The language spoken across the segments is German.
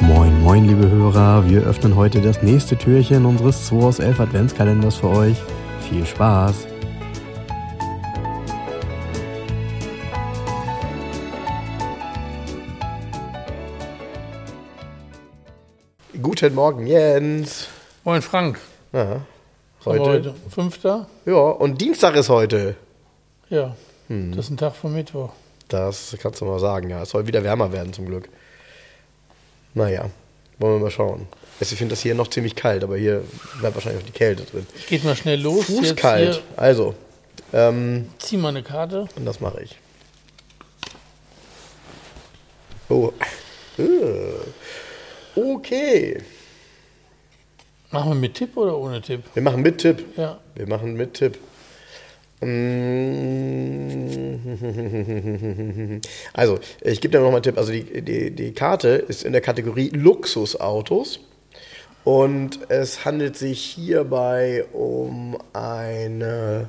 Moin, moin, liebe Hörer. Wir öffnen heute das nächste Türchen unseres 2 aus 11 Adventskalenders für euch. Viel Spaß! Guten Morgen, Jens. Moin Frank. Ja, Haben wir heute. heute Fünfter? Ja, und Dienstag ist heute. Ja. Hm. Das ist ein Tag vom Mittwoch. Das kannst du mal sagen, ja. Es soll wieder wärmer werden zum Glück. Naja, wollen wir mal schauen. Also ich finde das hier noch ziemlich kalt, aber hier bleibt wahrscheinlich auch die Kälte drin. Geht mal schnell los. Jetzt Fußkalt. hier, Also, ähm, zieh mal eine Karte. und das mache ich. Oh. Äh. Okay. Machen wir mit Tipp oder ohne Tipp? Wir machen mit Tipp. Ja. Wir machen mit Tipp. Mm. Also, ich gebe dir nochmal einen Tipp. Also, die, die, die Karte ist in der Kategorie Luxusautos. Und es handelt sich hierbei um eine.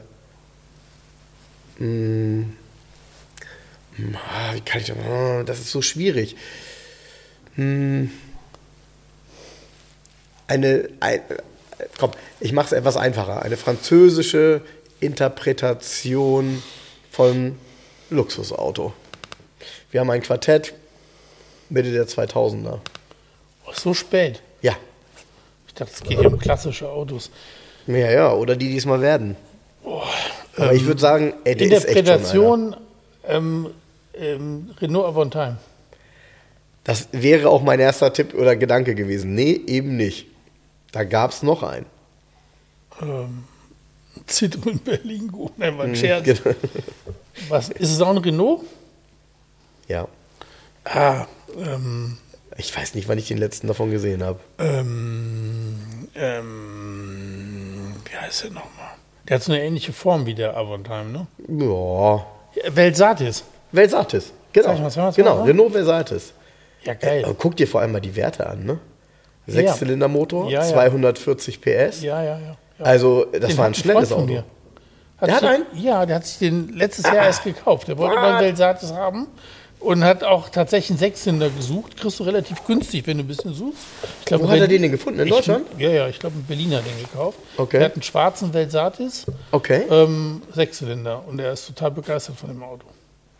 Mm. Ah, Wie kann ich das? Ah, Das ist so schwierig. Mm. Eine. Ein, komm, ich mache es etwas einfacher. Eine französische Interpretation von Luxusauto. Wir haben ein Quartett Mitte der 2000er. Oh, so spät. Ja. Ich dachte, es geht hier um klassische Autos. Ja, ja, oder die diesmal werden. Aber ich würde sagen, ey, der ist echt schon einer. Interpretation ähm, ähm, Renault Avantime. Das wäre auch mein erster Tipp oder Gedanke gewesen. Nee, eben nicht. Da gab es noch einen. Citroen Berlin. Oh, Ähm, nein, war ein Scherz. Genau. Was, ist es auch ein Renault? Ja. Ah, ähm, Ich weiß nicht, wann ich den letzten davon gesehen habe. ähm, ähm, wie heißt der nochmal? Der hat so eine ähnliche Form wie der Avantime, ne? Ja. Ja, Velsatis. Velsatis. Genau. Sag mal, sag mal, sag mal. genau. Renault Velsatis. Ja, Ey, geil. aber guck dir vor allem mal die Werte an, ne? Sechszylindermotor, Ja, ja. 240 PS. Ja, ja, ja. ja. Also, das Den war hat ein schnelles Freund von Auto. mir. Hat Der hat sich, einen? Ja, der hat sich den letztes Jahr erst gekauft. Der wollte What? mal einen Velsatis haben und hat auch tatsächlich einen Sechszylinder gesucht. Kriegst du relativ günstig, wenn du ein bisschen suchst. Ich glaub, Wo in hat er Berlin- den denn gefunden? In Ich- Deutschland? Ja, ja, ich glaube, ein Berliner hat den gekauft. Okay. Der hat einen schwarzen Velsatis, Okay. ähm, Sechszylinder. Und er ist total begeistert von dem Auto.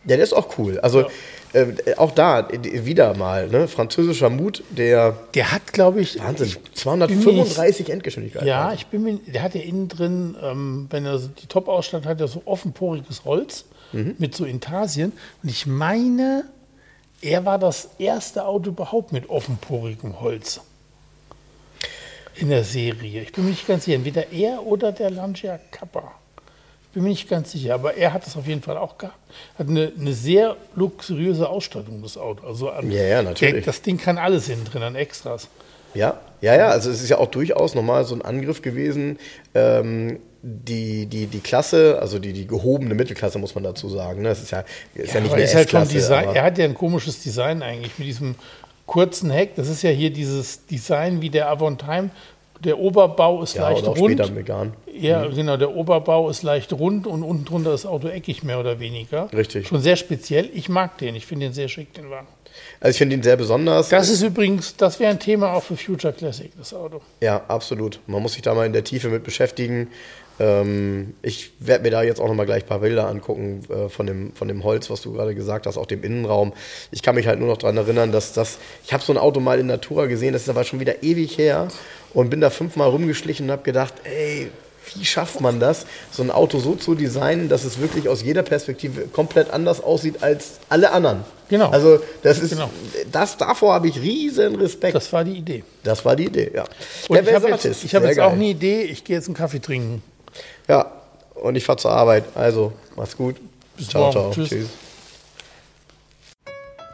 Ja, der ist auch cool. Also, äh, auch da äh, wieder mal, ne? Französischer Mut, der. Der hat, glaube ich, Wahnsinn. bin mir nicht- 235 Endgeschwindigkeit. Ja, hat. ich bin mir, der hat ja innen drin, ähm, wenn er so die Top-Ausstattung hat, ja so offenporiges Holz Mhm. mit so Intarsien. Und ich meine, er war das erste Auto überhaupt mit offenporigem Holz in der Serie. Ich bin mir nicht ganz sicher, entweder er oder der Lancia Kappa. Ich bin mir nicht ganz sicher, aber er hat es auf jeden Fall auch gehabt. Hat eine, eine sehr luxuriöse Ausstattung, das Auto. Also an, Ja, ja, natürlich. Der, das Ding kann alles innen drin an Extras. Ja, ja, ja. Also es ist ja auch durchaus nochmal so ein Angriff gewesen. Ähm, die, die, die Klasse, also die, die gehobene Mittelklasse, muss man dazu sagen. Ne? Das ist ja, ist ja, nicht aber eine ist halt vom S-Klasse, Design, aber- er hat ja ein komisches Design eigentlich mit diesem kurzen Heck. Das ist ja hier dieses Design wie der Avantime. Der Oberbau ist ja, leicht oder auch rund. später Mhm. vegan. Ja, genau, der Oberbau ist leicht rund und unten drunter ist das Auto eckig mehr oder weniger. Richtig. Schon sehr speziell. Ich mag den, ich finde den sehr schick, den Wagen. Also ich finde ihn sehr besonders. Das ist übrigens, das wäre ein Thema auch für Future Classic, das Auto. Ja, absolut. Man muss sich da mal in der Tiefe mit beschäftigen. Ähm, ich werde mir da jetzt auch nochmal gleich ein paar Bilder angucken äh, von, dem, von dem Holz, was du gerade gesagt hast, auch dem Innenraum. Ich kann mich halt nur noch daran erinnern, dass das, ich habe so ein Auto mal in Natura gesehen, das ist aber schon wieder ewig her und bin da fünfmal rumgeschlichen und habe gedacht, ey, wie schafft man das, so ein Auto so zu designen, dass es wirklich aus jeder Perspektive komplett anders aussieht als alle anderen. Genau. Also das ist, Genau. das davor habe ich riesen Respekt. Das, Das war die Idee. war die Idee, ja. Und Der ich habe jetzt, Versatis, ich hab sehr jetzt auch geil. eine Idee, ich gehe jetzt einen Kaffee trinken. Ja, und ich fahre zur Arbeit. Also, mach's gut. Bis ciao, ciao. morgen. Tschüss. Tschüss.